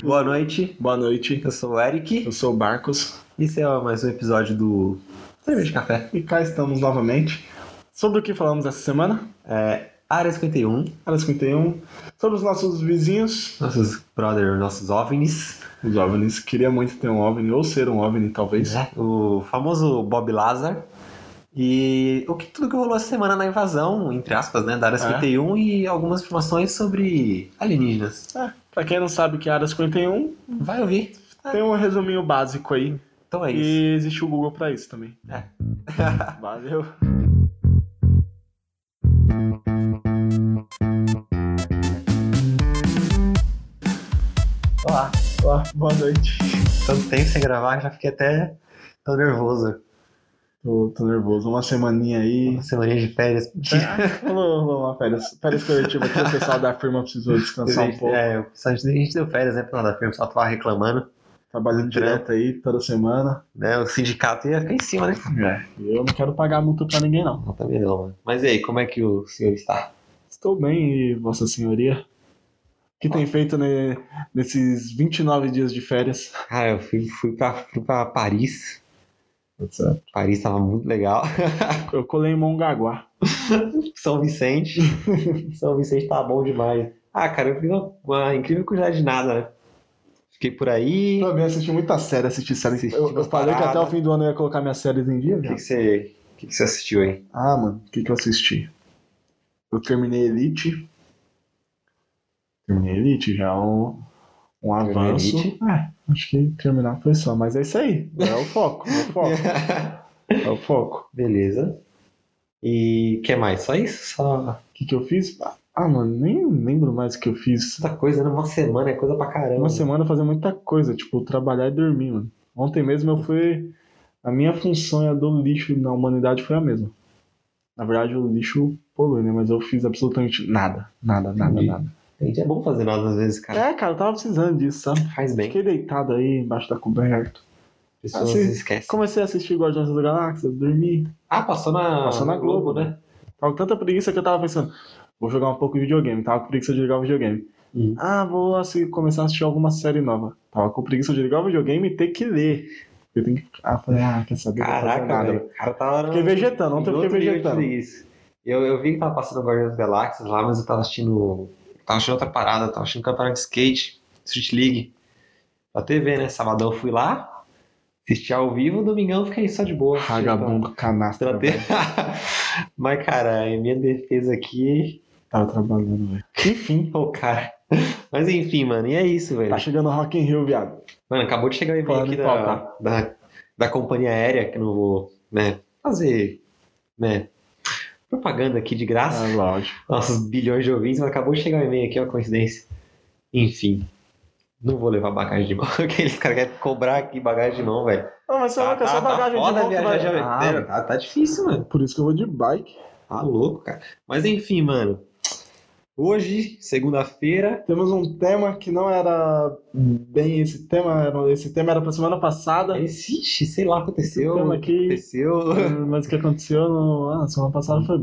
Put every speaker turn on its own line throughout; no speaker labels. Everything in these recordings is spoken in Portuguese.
Boa noite,
Boa noite.
eu sou o Eric
Eu sou o Barcos
e esse é mais um episódio do Cerveja de Café.
e cá estamos novamente. Sobre o que falamos essa semana,
É, Área 51,
área 51, sobre os nossos vizinhos,
nossos brother, nossos OVNIs,
os OVNIs. Queria muito ter um OVNI, ou ser um OVNI talvez.
né? o famoso Bob Lazar e o que tudo que rolou essa semana na invasão, entre aspas, né, da Área
É.
51 e algumas informações sobre alienígenas.
Pra quem não sabe o que é a área 51,
Vai ouvir.
tem um resuminho básico aí.
Então é isso.
E existe o Google pra isso também.
É.
Valeu.
Olá.
Olá, boa noite.
Tanto tempo sem gravar que já fiquei até tão nervoso.
Tô, tô nervoso, uma semaninha aí.
Uma semana de férias. Tá.
Rolou rolou uma férias, férias coletiva aqui, o pessoal da firma precisou descansar um pouco.
É, a gente deu férias, né, pra lá da firma, só tava reclamando,
Trabalhando tá direto aí, toda semana.
né, o sindicato ia ficar em cima, né?
E eu não quero pagar multa pra ninguém, não.
Não, também não, mano. Mas e aí, como é que o senhor está?
Estou bem, e Vossa Senhoria? O que tem feito ne- nesses 29 dias de férias?
Ah, eu fui, fui, pra, fui pra Paris. Paris tava muito legal.
Eu colei em Mongaguá.
São Vicente. São Vicente tava bom demais. Ah, cara, eu fiz uma, uma incrível quantidade de nada, né? Fiquei por aí.
Também assisti muita série, assisti série.
Assisti
eu, eu falei que até
parada.
o fim do ano eu ia colocar minhas séries em dia,
O que,
viu?
que você, o que, que você assistiu aí?
Ah, mano, o que, que eu assisti? Eu terminei Elite. Terminei Elite, já é um, um
Terminei
avanço.
Elite.
É, acho que terminar foi só, mas é isso aí. É o foco, é o foco, é o foco.
Beleza. E o que mais? Só isso? Só
O que, que eu fiz? Ah, mano, nem lembro mais o que eu fiz.
tanta coisa, né? Uma semana é coisa pra caramba.
Uma semana fazer muita coisa, tipo, trabalhar e dormir, mano. Ontem mesmo eu fui. A minha função e a do lixo na humanidade foi a mesma. Na verdade, o lixo polui, né? Mas eu fiz absolutamente nada. Nada, nada,
Entendi.
nada.
Gente, é bom fazer nada às vezes, cara.
É, cara, eu tava precisando disso, sabe?
Faz bem.
Fiquei deitado aí embaixo da coberta.
Pessoas
assim,
esquecem.
Comecei a assistir Guardiões da Galáxia, dormi.
Ah, passou na,
Passou na Globo, né? Tava com tanta preguiça que eu tava pensando, vou jogar um pouco de videogame. Tava com preguiça de jogar videogame.
Hum.
Ah, vou assi- começar a assistir alguma série nova. Tava com preguiça de ligar o videogame e ter que ler. Eu tenho que. Ah, falei, ah, quer saber? não vou fazer
Caraca,
nada.
velho. O cara tava.
Fiquei vegetando, ontem eu
Outro nível
fiquei
de
vegetando.
preguiça. Eu, eu vi que tava passando Guardiões das Galáxias lá, mas eu tava assistindo. Tava assistindo outra parada, tava assistindo campeonato de skate, Street League. Pra TV, né? Sabadão eu fui lá, assisti ao vivo, domingão eu fiquei só de boa. assistindo
Vagabundo
pela-
canastra.
pela
velho.
TV. mas, cara, em minha defesa aqui.
Tava trabalhando, velho.
Enfim, pô, cara. Mas enfim, mano, e é isso, velho.
Tá chegando o Rock in Rio, viado.
Mano, acabou de chegar o e-mail
Falando
aqui
em
da, da, da companhia aérea, que eu não vou, né, fazer, né, propaganda aqui de graça.
É lógico.
Nossos bilhões de ouvintes, mas acabou de chegar o e-mail aqui, ó, coincidência. Enfim, não vou levar bagagem de mão, aqueles caras querem cobrar aqui bagagem de mão, velho.
Não, mas você é louco, é só bagagem de
Tá- foda
volta.
viajar de
vai-
aventura, tá, tá difícil, mano.
Ah, Por isso que eu vou de bike.
Tá louco, cara. Mas enfim, mano, hoje, segunda-feira,
Temos um tema que não era bem esse tema. era- Esse tema era pra semana passada.
existe, sei lá, aconteceu,
Esse tema aqui- eh,
aconteceu...
Mas o que aconteceu no... ah, semana passada foi.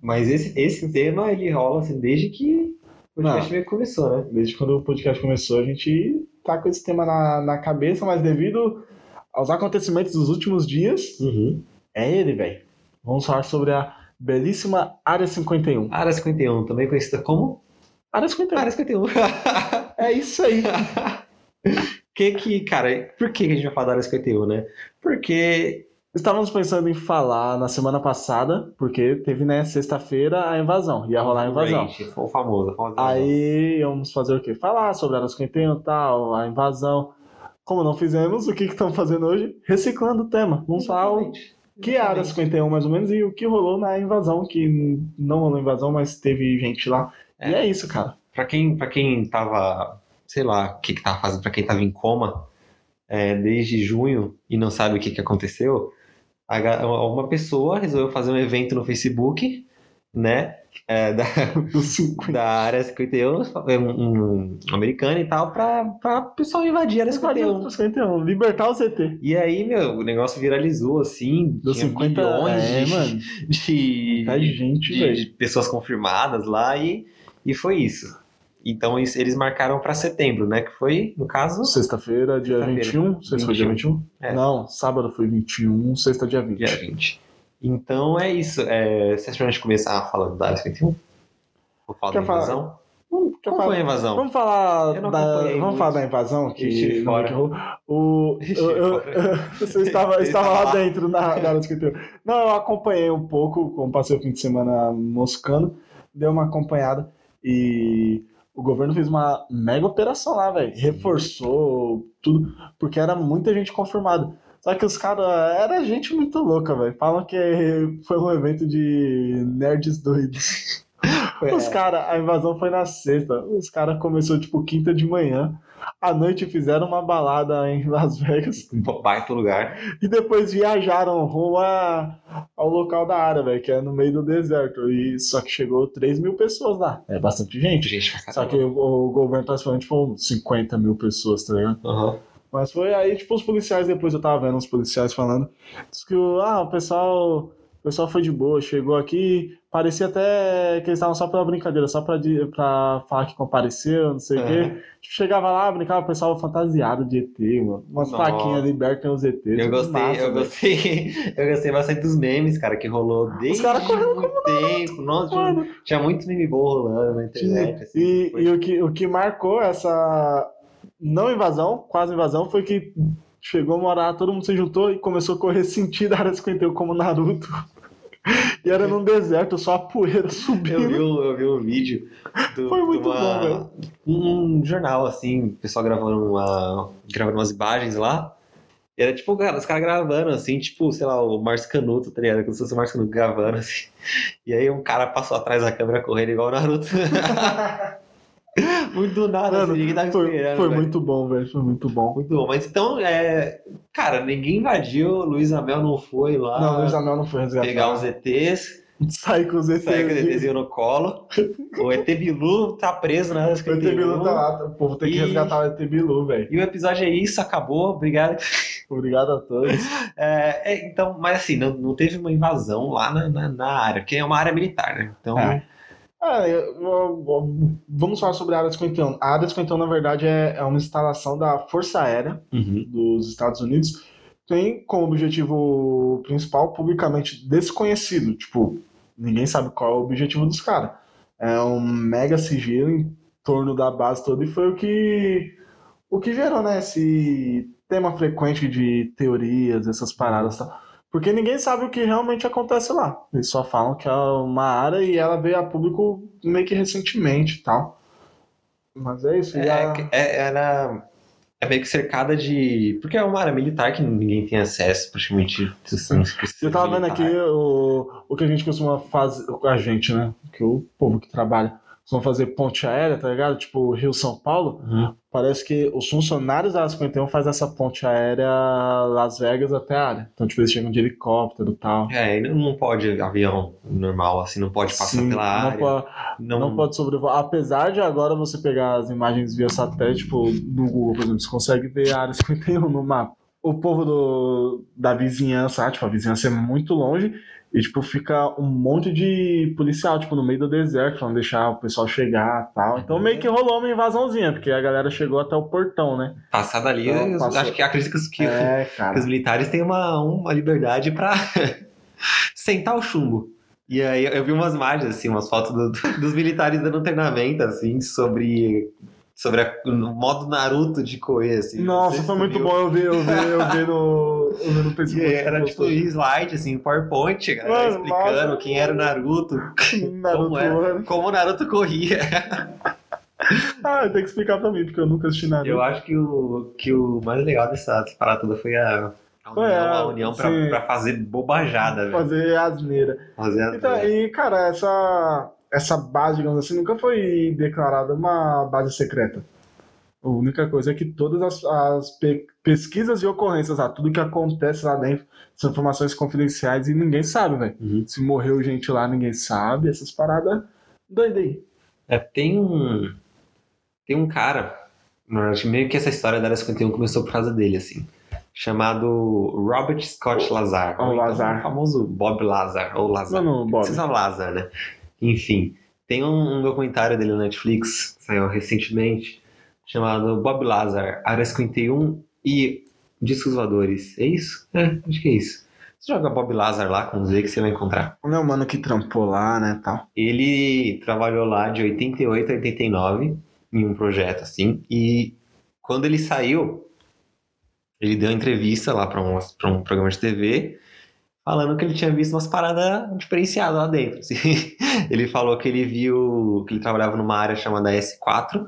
Mas esse, esse tema, ele rola assim, desde que o
Não.
podcast meio que começou, né?
Desde quando o podcast começou, a gente tá com esse tema na, na cabeça, mas devido aos acontecimentos dos últimos dias, é ele, velho. Vamos falar sobre a belíssima Área 51.
Área 51, também conhecida como
Área 51.
Área 51.
É isso aí.
que que, cara, por que que a gente vai falar da Área 51, né? Porque,
Estávamos pensando em falar na semana passada, porque teve, né, sexta-feira a invasão. Ia rolar a invasão.
Gente, foi o famoso, a famosa invasão.
Aí íamos fazer o quê? Falar sobre a Área 51 e tal, a invasão. Como não fizemos, o que que estão fazendo hoje? Reciclando o tema. Vamos falar o
Exatamente.
um Que é a área 51, mais ou menos, e o que rolou na invasão, que não rolou invasão, mas teve gente lá.
É.
E é isso, cara.
Pra quem, pra quem tava, sei lá, o que que tava fazendo, pra quem tava em coma é, desde junho e não sabe o que que aconteceu, a ga- uma pessoa resolveu fazer um evento no Facebook, né, é, da,
Dos 50.
da área 51, é um, um americano e tal, pra, pra pessoal invadir a área 51.
51. Libertar o ZT.
E aí, meu, o negócio viralizou assim,
Dos
tinha
50
milhões
é,
de,
mano.
de,
Tá de gente,
de-
velho.
de pessoas confirmadas lá e, e foi isso. Então isso- eles marcaram para setembro, né? Que foi, no caso,
Sexta-feira, dia
Sexta-feira.
21. Sexta foi dia 21?
É.
Não, sábado foi 21, sexta dia 20.
dia 20. Então é isso. É, você acha que a gente começar falando da área 51? Vou falar
Quer
da
falar-
invasão?
Vamos,
Como foi a invasão?
vamos falar
Eu não
da,
acompanhei
vamos
muito.
falar da invasão
Eu estive
que
fora.
que rolou. o
Eu
eu,
estive
eu-
fora.
você estava
Eu
estava
estava
lá
lá.
dentro na, na área 51. Não, eu acompanhei um pouco, como passei o fim de semana moscando, dei uma acompanhada e o governo fez uma mega operação lá, velho, reforçou tudo, porque era muita gente confirmada. Só que os caras era gente muito louca, velho. Falam que foi um evento de nerds doidos. Os caras, a invasão foi na sexta. Os caras começou tipo quinta de manhã. À noite fizeram uma balada em Las Vegas
Um baita lugar.
e depois viajaram rumo a- ao local da área, velho, que é no meio do deserto. E só que chegou 3 mil pessoas lá. É bastante gente.
Gente, pra
Só
caramba.
que o, o governo tá falando, tipo, 50 mil pessoas, tá ligado?
Aham.
Mas foi aí, tipo, os policiais, depois eu tava vendo os policiais falando, disse que o- ah, o pessoal, o pessoal foi de boa, chegou aqui, parecia até que eles estavam só pela brincadeira, só pra, di- pra falar que compareceu, não sei o quê. Tipo,
Aham.
Chegava lá, brincava, o pessoal fantasiado de ET, mano. Umas
Nossa.
faquinhas libertam os ET.
Eu
tudo
gostei,
um massa,
eu
velho.
gostei, eu gostei bastante dos memes, cara, que rolou desde
caras correndo
muito tempo. Nossa, tinha,
Mano,
tinha muito meme bom rolando na internet. assim,
e,
foi-
e o, que, o que marcou essa não invasão, quase invasão, foi que chegou uma hora, lá, todo mundo se juntou e começou a correr sentido a área 51 como Naruto. E era num deserto, só a poeira
Eu vi,
subindo.
o- eu vi um vídeo do,
Foi
de
muito
uma-
bom, velho.
um jornal, assim, o pessoal gravando, uma, gravando umas imagens lá. E era tipo, cara, os caras gravando, assim, tipo, sei lá, o Márcio Canuto, tá ligado? Como se fosse o Márcio Canuto gravando, assim. E aí um cara passou atrás da câmera correndo igual o Naruto. muito do nada,
Mano,
assim, ninguém tava
Foi,
esperando.
foi
velho.
muito bom, velho. Foi muito bom.
Muito bom. Mas então, é... cara, ninguém invadiu, Luiz Amel não foi lá
Não, o Luiz Amel não foi resgatado.
Ah, pegar os ETs,
Sai com os ETs.
saiu com o ETzinho no colo. o ET Bilu tá preso na área
O ET
51.
Bilu tá lá. O povo tem que
E-
resgatar o ET Bilu, velho.
E o episódio é isso, acabou, obrigado.
Obrigado a todos.
É, é, então, mas assim, não, não teve uma invasão lá na, na, na área, porque é uma área militar, né? Então,
É. Ah, eu- eu- eu- vamos falar sobre a Área 51. A Área 51, na verdade, é, é uma instalação da Força Aérea
uhum,
dos Estados Unidos. Tem como objetivo principal publicamente desconhecido. Tipo, ninguém sabe qual é o objetivo dos caras. É um mega sigilo em torno da base toda e foi o que, o que gerou, né? Esse tema frequente de teorias, essas paradas, tá? Porque ninguém sabe o que realmente acontece lá. Eles só falam que é uma área e ela veio a público meio que recentemente e tal. Mas é isso.
é,
e a-
que- é- era, é meio que cercada de. Porque é uma área militar que ninguém tem acesso, praticamente.
Eu tava vendo aqui o, o que a gente costuma fazer. A gente, né? Que o povo que trabalha costuma fazer ponte aérea, tá ligado? Tipo Rio São Paulo.
Uhum.
Parece que os funcionários da área 51 fazem essa ponte aérea Las Vegas até a área. Então, tipo, eles chegam de helicóptero e tal.
É, e não- não pode avião normal, assim, não pode passar
Sim,
pela
não
área.
po- Não, pode sobrevoar. Apesar de agora você pegar as imagens via satélite, tipo, no Google, por exemplo, você consegue ver a área 51 no mapa. O povo do, da vizinhança, ah, tipo, a vizinhança é muito longe e, tipo, fica um monte de policial, tipo, no meio do deserto, pra não deixar o pessoal chegar e tal. Então meio que rolou uma invasãozinha, porque a galera chegou até o portão, né?
Passar dali,
Não,
eu
passou.
acho que acredito que, os- que-
É,
que
cara.
os militares têm uma, uma liberdade pra sentar o chumbo. E aí eu, eu vi umas imagens, assim, umas fotos do- do- dos militares dando treinamento, assim, sobre, sobre a- o modo Naruto de correr, assim. Não sei
Nossa,
se
foi
tu
muito
viu.
bom eu ver, eu ver, eu ver no, eu ver no
E
Facebook.
aí era tipo um slide, assim, PowerPoint, cara,
Mano,
explicando
nossa.
quem era o Naruto,
Naruto,
como era.
mano.
como o Naruto corria.
Ah, tem que explicar pra mim, porque eu nunca assisti Naruto.
Eu acho que o, que o mais legal dessa parada toda foi a, a
Foi
união,
a-
a união pra,
sim.
pra fazer bobajada, velho.
Fazer asneira.
Fazer a-
Então, e cara, essa, essa base, digamos assim, nunca foi declarada uma base secreta. A única coisa é que todas as, as pe- pesquisas e ocorrências lá, tudo que acontece lá dentro, são informações confidenciais e ninguém sabe, velho.
Uhum.
Se morreu gente lá, ninguém sabe, essas paradas. Doidei.
É, tem um. Tem um cara. Na verdade, meio que essa história da Área 51 começou por causa dele, assim. Chamado Robert Scott Lazar.
Ó,
ou
o Lazar.
o famoso Bob Lazar. Ou Lazar.
Mano, Bob.
Precisa Lazar, né? Enfim. Tem um, um documentário dele na Netflix, saiu recentemente, chamado Bob Lazar, Área 51 e Discos Voadores. É isso? É, acho que é isso. Você joga Bob Lazar lá com Z que você vai encontrar.
é O meu mano que trampou lá, né, tal.
Ele trabalhou lá de 88 a 89 em um projeto assim, e quando ele saiu, ele deu uma entrevista lá para um, pra um programa de TV falando que ele tinha visto umas paradas diferenciadas lá dentro. assim. Ele falou que ele viu que ele trabalhava numa área chamada S4,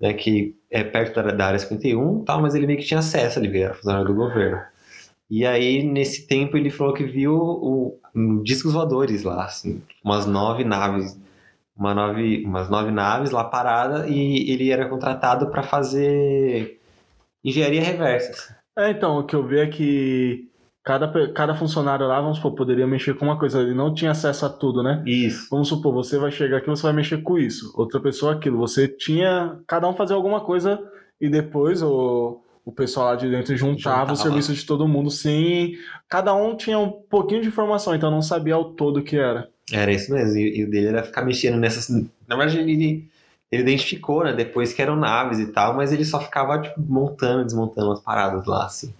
né, que é perto da, da área 51, tal, mas ele meio que tinha acesso ali, era funcionário do governo. E aí, nesse tempo, ele falou que viu o, um, discos voadores lá, assim, umas nove naves, uma nove, umas nove naves lá parada, e ele era contratado para fazer engenharia reversa. assim.
É, então, o que eu vi é que cada, pe- cada funcionário lá, vamos supor, poderia mexer com uma coisa. Ele não tinha acesso a tudo, né?
Isso.
Vamos supor, você vai chegar aqui, você vai mexer com isso. Outra pessoa aquilo. Você tinha. Cada um fazia alguma coisa e depois o, o pessoal lá de dentro juntava,
Juntava.
o serviço de todo mundo sim. Cada um tinha um pouquinho de informação, então não sabia ao todo o que era.
Era isso mesmo. E, e o dele era ficar mexendo nessas. Na verdade, ele, ele identificou, né? Depois que eram naves e tal, mas ele só ficava tipo, montando, desmontando as paradas lá, assim.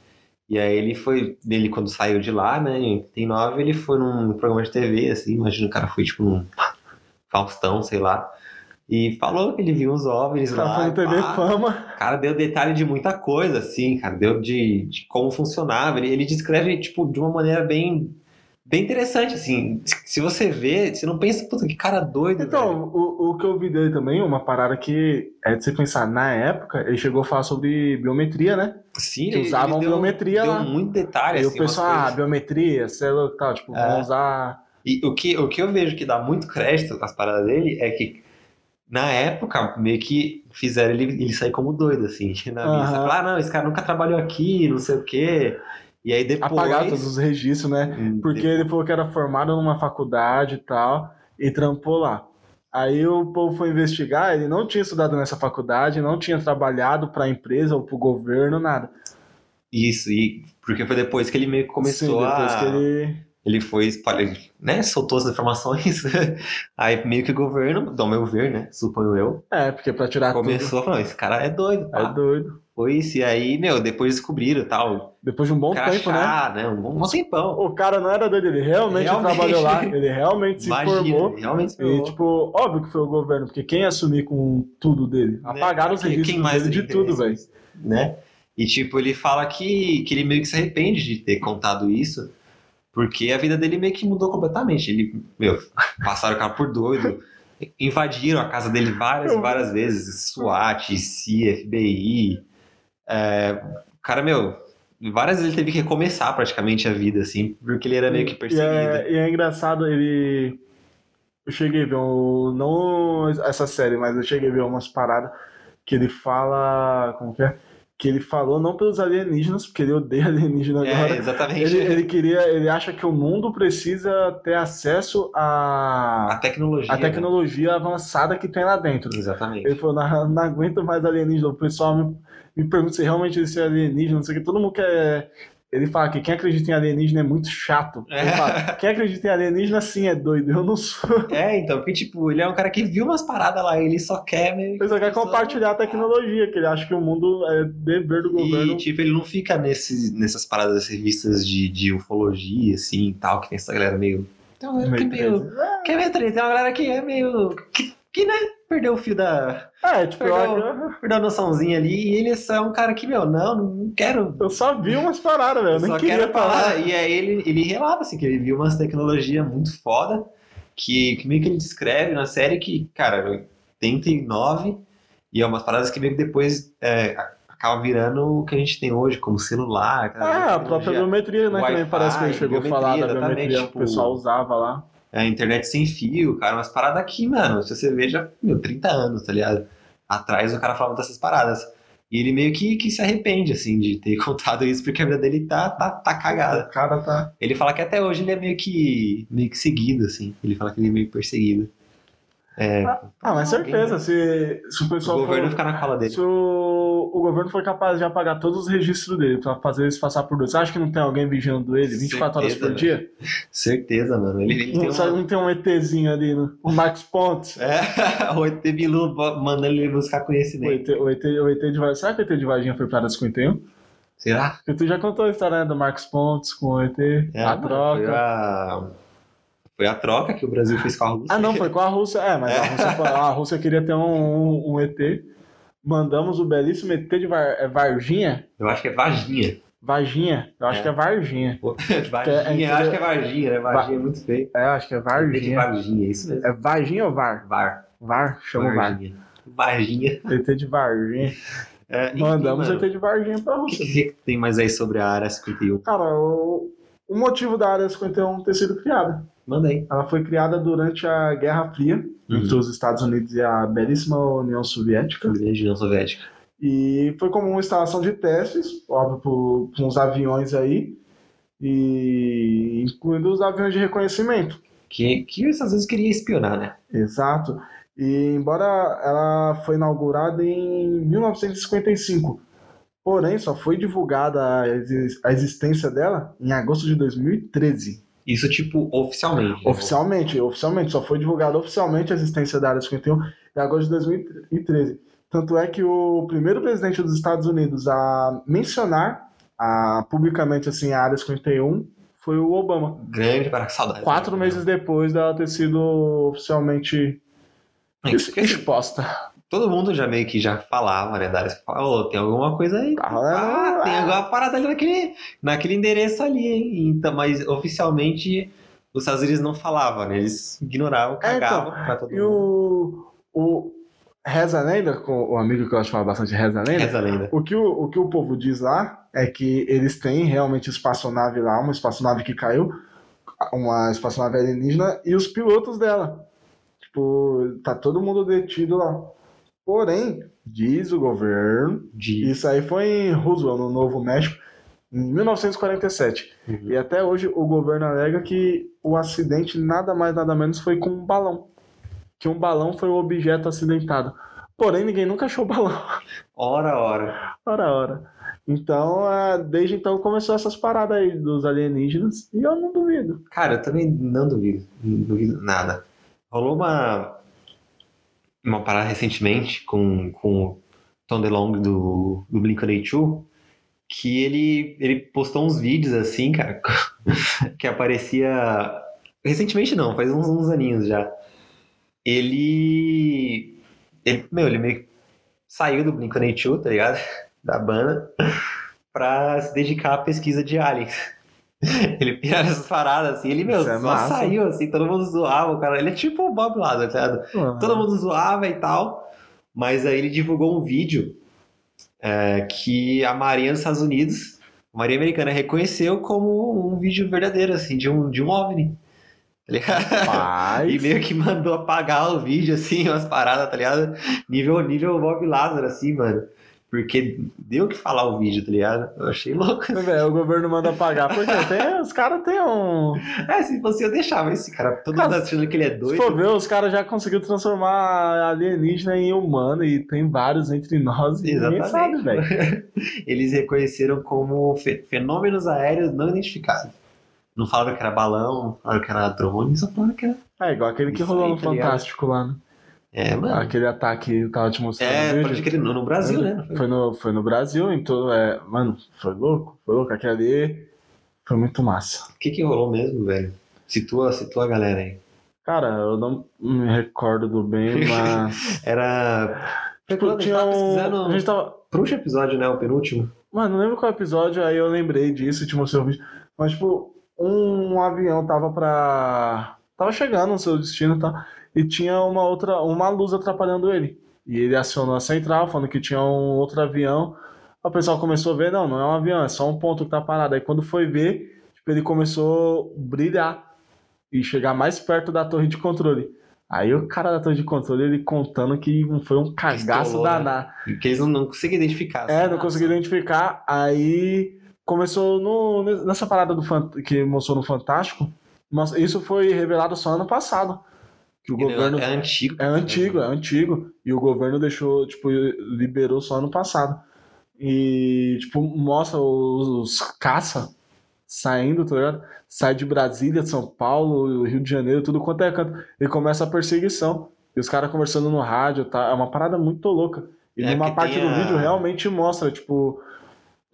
E aí ele foi. Ele, quando saiu de lá, né? Em 89, ele foi num programa de TV, assim. Imagina o cara foi tipo num Faustão, sei lá. E falou que ele viu uns OVNIs
Os caras
lá.
foram TV
pá.
fama.
O cara deu detalhe de muita coisa, assim, cara, deu de, de como funcionava. Ele, ele descreve, tipo, de uma maneira bem, bem interessante, assim. Se se você vê, você não pensa, puta, que cara doido. velho.
Então, o, o que eu vi dele também, uma parada que é de se pensar, na época, ele chegou a falar sobre biometria, né?
sim,
Que usavam
deu,
biometria
deu
lá.
muito detalhe,
E o
assim, umas
pessoal, ah,
coisas.
biometria, célula e tal, tipo,
É.
vão usar.
E o que, o que eu vejo que dá muito crédito às paradas dele é que, na época, meio que fizeram ele, ele sair como doido, assim. Na
Aham.
vista. Falaram, ah, não, esse cara nunca trabalhou aqui, não sei o quê. E aí depois...
Apagar todos os registros, né? Porque ele falou que era formado numa faculdade e tal, e trampou lá. Aí o povo foi investigar, ele não tinha estudado nessa faculdade, não tinha trabalhado para a empresa ou para o governo, nada.
Isso, e porque foi depois que ele meio que começou
Sim,
a...
depois que ele...
ele foi, espalha- né, soltou essas informações, aí meio que o governo, ao meu ver, né, suponho eu,
É, porque para tirar
começou a falar, esse cara é doido,
tudo... É
pá.
doido.
foi isso, e aí, meu, depois descobriram e tal,
Depois de um bom tempo, né?
crachá, né, um bom um tempão,
O cara não era doido, ele realmente,
Realmente.
trabalhou lá, ele realmente se
imagina,
formou.
realmente se
E,
formou.
tipo, óbvio que foi o governo, porque quem assumir com tudo dele? Apagaram os
Né? Quem- quem
registros
mais
dele de
interessa?
tudo, velho.
né? E tipo, ele fala que, que ele meio que se arrepende de ter contado isso, porque a vida dele meio que mudou completamente. Ele, meu, passaram o cara por doido, invadiram a casa dele várias,
Eu-
várias vezes, SWAT, CIA, FBI. É, o cara, meu, várias vezes ele teve que recomeçar praticamente a vida, assim, porque ele era meio que
E
perseguido.
é, e é engraçado, ele. Eu cheguei a ver, um, não essa série, mas eu cheguei a ver umas paradas que ele fala. Como que é? Que ele falou não pelos alienígenas, porque ele odeia alienígena
É,
agora.
exatamente.
Ele, ele queria, ele acha que o mundo precisa ter acesso
A
à
tecnologia.
à
né?
tecnologia avançada que tem lá dentro.
Exatamente.
Ele falou, não, não aguento mais alienígena. O pessoal me, me pergunta se realmente isso é alienígena, não sei o que. Todo mundo quer. Ele fala que quem acredita em alienígena é muito chato. Ele
É.
fala, quem acredita em alienígena sim é doido. Eu não sou.
É, então, porque, tipo, ele é um cara que viu umas paradas lá, ele só quer meio
Ele só quer
Só-
compartilhar a tecnologia, que ele acha que o mundo é dever do
E,
governo.
tipo, ele não fica nesses, nessas paradas, revistas de, de ufologia, assim, e tal, que tem essa galera meio... Tem uma galera que é meio... Que é meio treta, tem uma galera que é meio... Que, que, né, perdeu o fio da...
É, tipo, eu,
Perdão. Perdeu a noçãozinha ali, e ele é só um cara que, meu, não, não quero...
eu só vi umas paradas, velho. Eu nem
só
queria
quero falar.
falar.
E aí ele, ele relata, assim, que ele viu umas tecnologias muito foda, que, que meio que ele descreve na série que, cara, 89, e é umas paradas que meio que depois... é, acaba virando o que a gente tem hoje, como celular. aquela
Ah, a
tecnologia
própria biometria, né? Que nem
Wi-Fi,
parece que ele chegou a falar da
biometria,
biometria
exatamente,
que o pessoal
tipo-
usava lá.
a internet sem fio, cara, umas paradas aqui, mano. Se você vê, já, meu, 30 anos, tá ligado? Atrás o cara falava dessas paradas. E ele meio que, que se arrepende, assim, de ter contado isso, porque a vida dele tá, tá, tá cagada.
O cara tá.
Ele fala que até hoje ele é meio que, meio que seguido, assim. Ele fala que ele é meio perseguido.
Ah, mas certeza, se, se o
O
pessoal
governo
for,
fica na cola dele.
se o, o governo foi capaz de apagar todos os registros dele pra fazer eles passar por dois. Você acha que não tem alguém vigiando ele 24 horas por
Certeza,
dia?
Certeza, mano. Ele, ele tem
Não, sabe,
uma...
não tem um ETzinho ali, né? O Max Pontes.
É, o ET Bilu bo- mandando ele buscar
O
conhecimento.
ET, o, ET, o ET de Varginha. Será que o ET de Varginha foi pra área 51?
Será?
Porque tu já contou a história né, do Max Pontes com o ET,
É,
a
mano,
troca.
Foi a... foi a troca que o Brasil fez com a Rússia.
Ah, não, foi com a Rússia. É, mas a Rússia, foi- a Rússia queria ter um, um- um ET. Mandamos o belíssimo ET de Var- é Varginha.
Eu acho que é Varginha.
Varginha. Eu acho
É.
que é Varginha. É, é
Varginha,
que-
eu acho que é Varginha, né? Varginha é muito feio.
É, eu acho que é
ET de
Varginha.
Varginha, isso mesmo.
É Varginha ou Var?
Var.
Var, chama o Var.
Varginha. Varginha.
ET de Varginha.
É, enfim,
Mandamos
mano,
ET de Varginha pra
O que,
Rússia.
que tem mais aí sobre a Área 51?
Cara, o, o motivo da Área 51 ter sido criada.
Manda aí.
Ela foi criada durante a Guerra Fria entre os Estados Unidos e a belíssima União Soviética.
Legião Soviética.
E foi como uma instalação de testes, óbvio, pro- com os aviões aí, e incluindo os aviões de reconhecimento.
Que, que os Estados Unidos queria espionar, né?
Exato. E embora ela foi inaugurada em 1955, porém só foi divulgada a exis- a existência dela em agosto de 2013.
Isso, tipo, oficialmente. né?
Oficialmente, oficialmente, só foi divulgada oficialmente a existência da Área 51 em agosto de 2013. Tanto é que o primeiro presidente dos Estados Unidos a mencionar a, publicamente assim, a Área 51 foi o Obama.
Grande para saudade.
Quatro meses depois dela ter sido oficialmente
É,
ex-
porque, assim,
exposta.
Todo mundo já meio que já falava, né? Da área. Falou, tem alguma coisa aí.
Ah,
Ah,
ah,
tem alguma parada ali naquele, naquele endereço ali, hein? Então, mas oficialmente os Estados Unidos não falavam, né? Eles ignoravam,
É, então,
cagavam pra todo
E
mundo.
o, o Reza a Lenda, com o amigo que eu acho que fala bastante Reza a Lenda,
Essa lenda.
O que o, o que o povo diz lá é que eles têm realmente espaçonave lá, uma espaçonave que caiu, uma espaçonave alienígena e os pilotos dela. Tipo, tá todo mundo detido lá. Porém, diz o governo,
De...
isso aí foi em Roswell, no Novo México, em 1947.
Uhum.
E até hoje o governo alega que o acidente nada mais nada menos foi com um balão. Que um balão foi o objeto acidentado. Porém, ninguém nunca achou o balão.
Ora, ora.
Ora, ora. Então, ah, desde então começou essas paradas aí dos alienígenas e eu não duvido.
Cara, eu também não duvido. Não duvido nada. Rolou uma. Uma parada recentemente com, com o Tom DeLonge do, do Blink-182 que ele, ele postou uns vídeos assim, cara, que aparecia. Recentemente não, faz uns, uns aninhos já. Ele. ele- meu, ele meio que saiu do Blink-182, tá ligado? Da banda, pra se dedicar à pesquisa de aliens. Ele pira essas paradas assim, ele, meu,
Isso é
só
massa.
saiu assim, todo mundo zoava o cara. Ele é tipo o Bob Lazar, tá ligado? todo mundo zoava e tal. Mas aí ele divulgou um vídeo é, que a Marinha dos Estados Unidos, a Marinha Americana, reconheceu como um vídeo verdadeiro, assim, de um, de um OVNI. Tá ligado? E
Mas,
meio que mandou apagar o vídeo, assim, umas paradas, tá ligado? Nível, nível Bob Lázaro, assim, mano. Porque deu o que falar o vídeo, tá ligado? Eu achei louco.
velho, é, o governo manda pagar. Porque tem, os caras têm um.
É, se fosse eu deixava esse cara, todo mundo
Cara,
achando que ele é
Se
doido.
for ver, os caras já conseguiram transformar alienígena em humano e tem vários entre nós e ninguém
Exatamente.
sabe, velho.
Eles reconheceram como fe- fenômenos aéreos não identificados. Não falaram que era balão, não falaram que era drone, só falaram que era.
É igual aquele que
Isso
rolou
aí,
no
tá ligado?
Fantástico lá, né?
É, mano.
Aquele ataque que eu tava te mostrando. no
É,
vídeo.
pode crer, no, no Brasil, né?
Foi no, foi no Brasil, então, é, mano, foi louco, foi louco. Aquele ali foi muito massa.
O que que rolou mesmo, velho? Situa, situa a galera aí.
Cara, eu não me recordo do bem, mas.
Era. Foi
tipo,
quando a gente
tinha
tava
um. A gente
pesquisando.
tava.
Pro último episódio, né? O penúltimo.
Mano, não lembro qual episódio, aí eu lembrei disso e te mostrei o vídeo. Mas, tipo, um avião tava pra. Tava chegando no seu destino e tal. E tinha uma outra. Uma luz atrapalhando ele. E ele acionou a central, falando que tinha um outro avião. Aí O pessoal começou a ver, não, não é um avião, é só um ponto que tá parado. Aí quando foi ver, tipo, ele começou a brilhar e chegar mais perto da torre de controle. Aí o cara da torre de controle, ele contando que foi um cagaço
Pistolou, né?
danado.
Que eles não, não conseguiam identificar.
É,
assim.
não consegui identificar. Aí começou no, nessa parada do fan- que mostrou no Fantástico. Mas isso foi revelado só ano passado. Que o
Ele
governo.
É
É,
antigo.
antigo, é antigo. E o governo deixou, tipo, liberou só ano passado. E, tipo, mostra os, os caça saindo, tá ligado? Sai de Brasília, São Paulo, Rio de Janeiro, tudo quanto é canto. E começa a perseguição. E os caras conversando no rádio, tá? É uma parada muito louca. E
É,
numa
porque
parte
tem
do
a-
vídeo realmente mostra, tipo,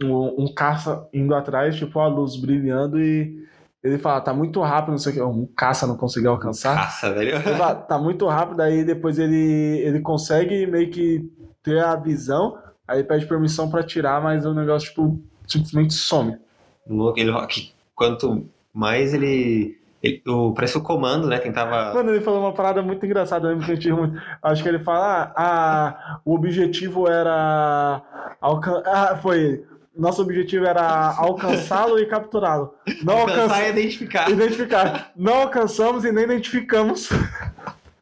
um, um caça indo atrás, tipo, a luz brilhando e ele fala, tá muito rápido, não sei o que. Um caça não conseguiu alcançar.
Caça, velho.
Ele fala, tá muito rápido, aí depois ele, ele consegue meio que ter a visão, aí pede permissão pra tirar, mas o negócio, tipo, simplesmente some.
Louco, ele que quanto mais ele. ele o, parece o comando, né? Quem tava.
Mano, ele falou uma parada muito engraçada, eu lembro que eu tive muito. Acho que ele fala, ah, a- o objetivo era. Alcan... Ah, foi ele. Nosso objetivo era alcançá-lo e capturá-lo. Não
Alcançar
alcançamos.
e identificar.
Identificar. Não alcançamos e nem identificamos.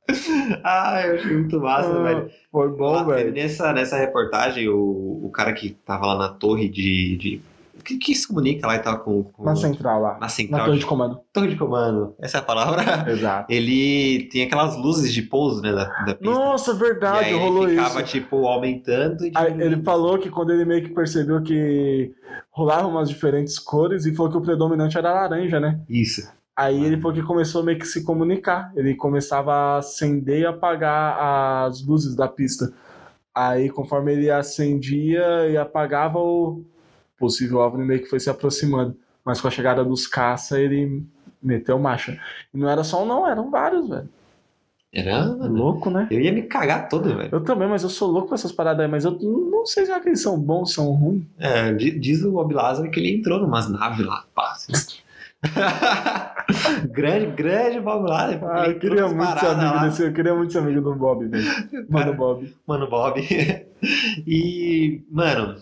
ah, eu achei muito massa,
Ah,
velho.
Foi
Lá,
bom, velho.
Nessa, nessa reportagem, o, o cara que tava lá na torre de. de que, que se comunica lá e tal com. com
Na central lá.
na
Na
central
torre
de,
de comando.
torre de comando. Essa é a palavra.
Exato.
Ele tem aquelas luzes de pouso, né? Da, da pista.
Nossa,
e
verdade,
aí
rolou
ele
isso.
ficava, tipo, aumentando e
Aí
diminuindo.
ele falou que quando ele meio que percebeu que rolavam umas diferentes cores e falou que o predominante era laranja, né?
Isso.
Aí ele falou que começou meio que se comunicar. Ele começava a acender e apagar as luzes da pista. Aí, conforme ele acendia e apagava, o possível alvo meio que foi se aproximando. Mas com a chegada dos caça, ele meteu marcha. E não era só um, não, eram vários, velho.
Era.
Louco, né?
Eu ia me cagar todo, velho.
Eu também, mas eu sou louco com essas paradas aí, mas eu não sei se eles são bons, são ruins.
É, di- diz o Bob Lázaro que ele entrou numas naves lá, pá. assim. grande, grande Bob Lázaro.
Ah,
ele
eu
entrou
queria
nas
muito ser
paradas
amigo
lá.
desse, eu queria muito ser amigo do Bob, velho. Mano, Bob.
Mano Bob. e, mano,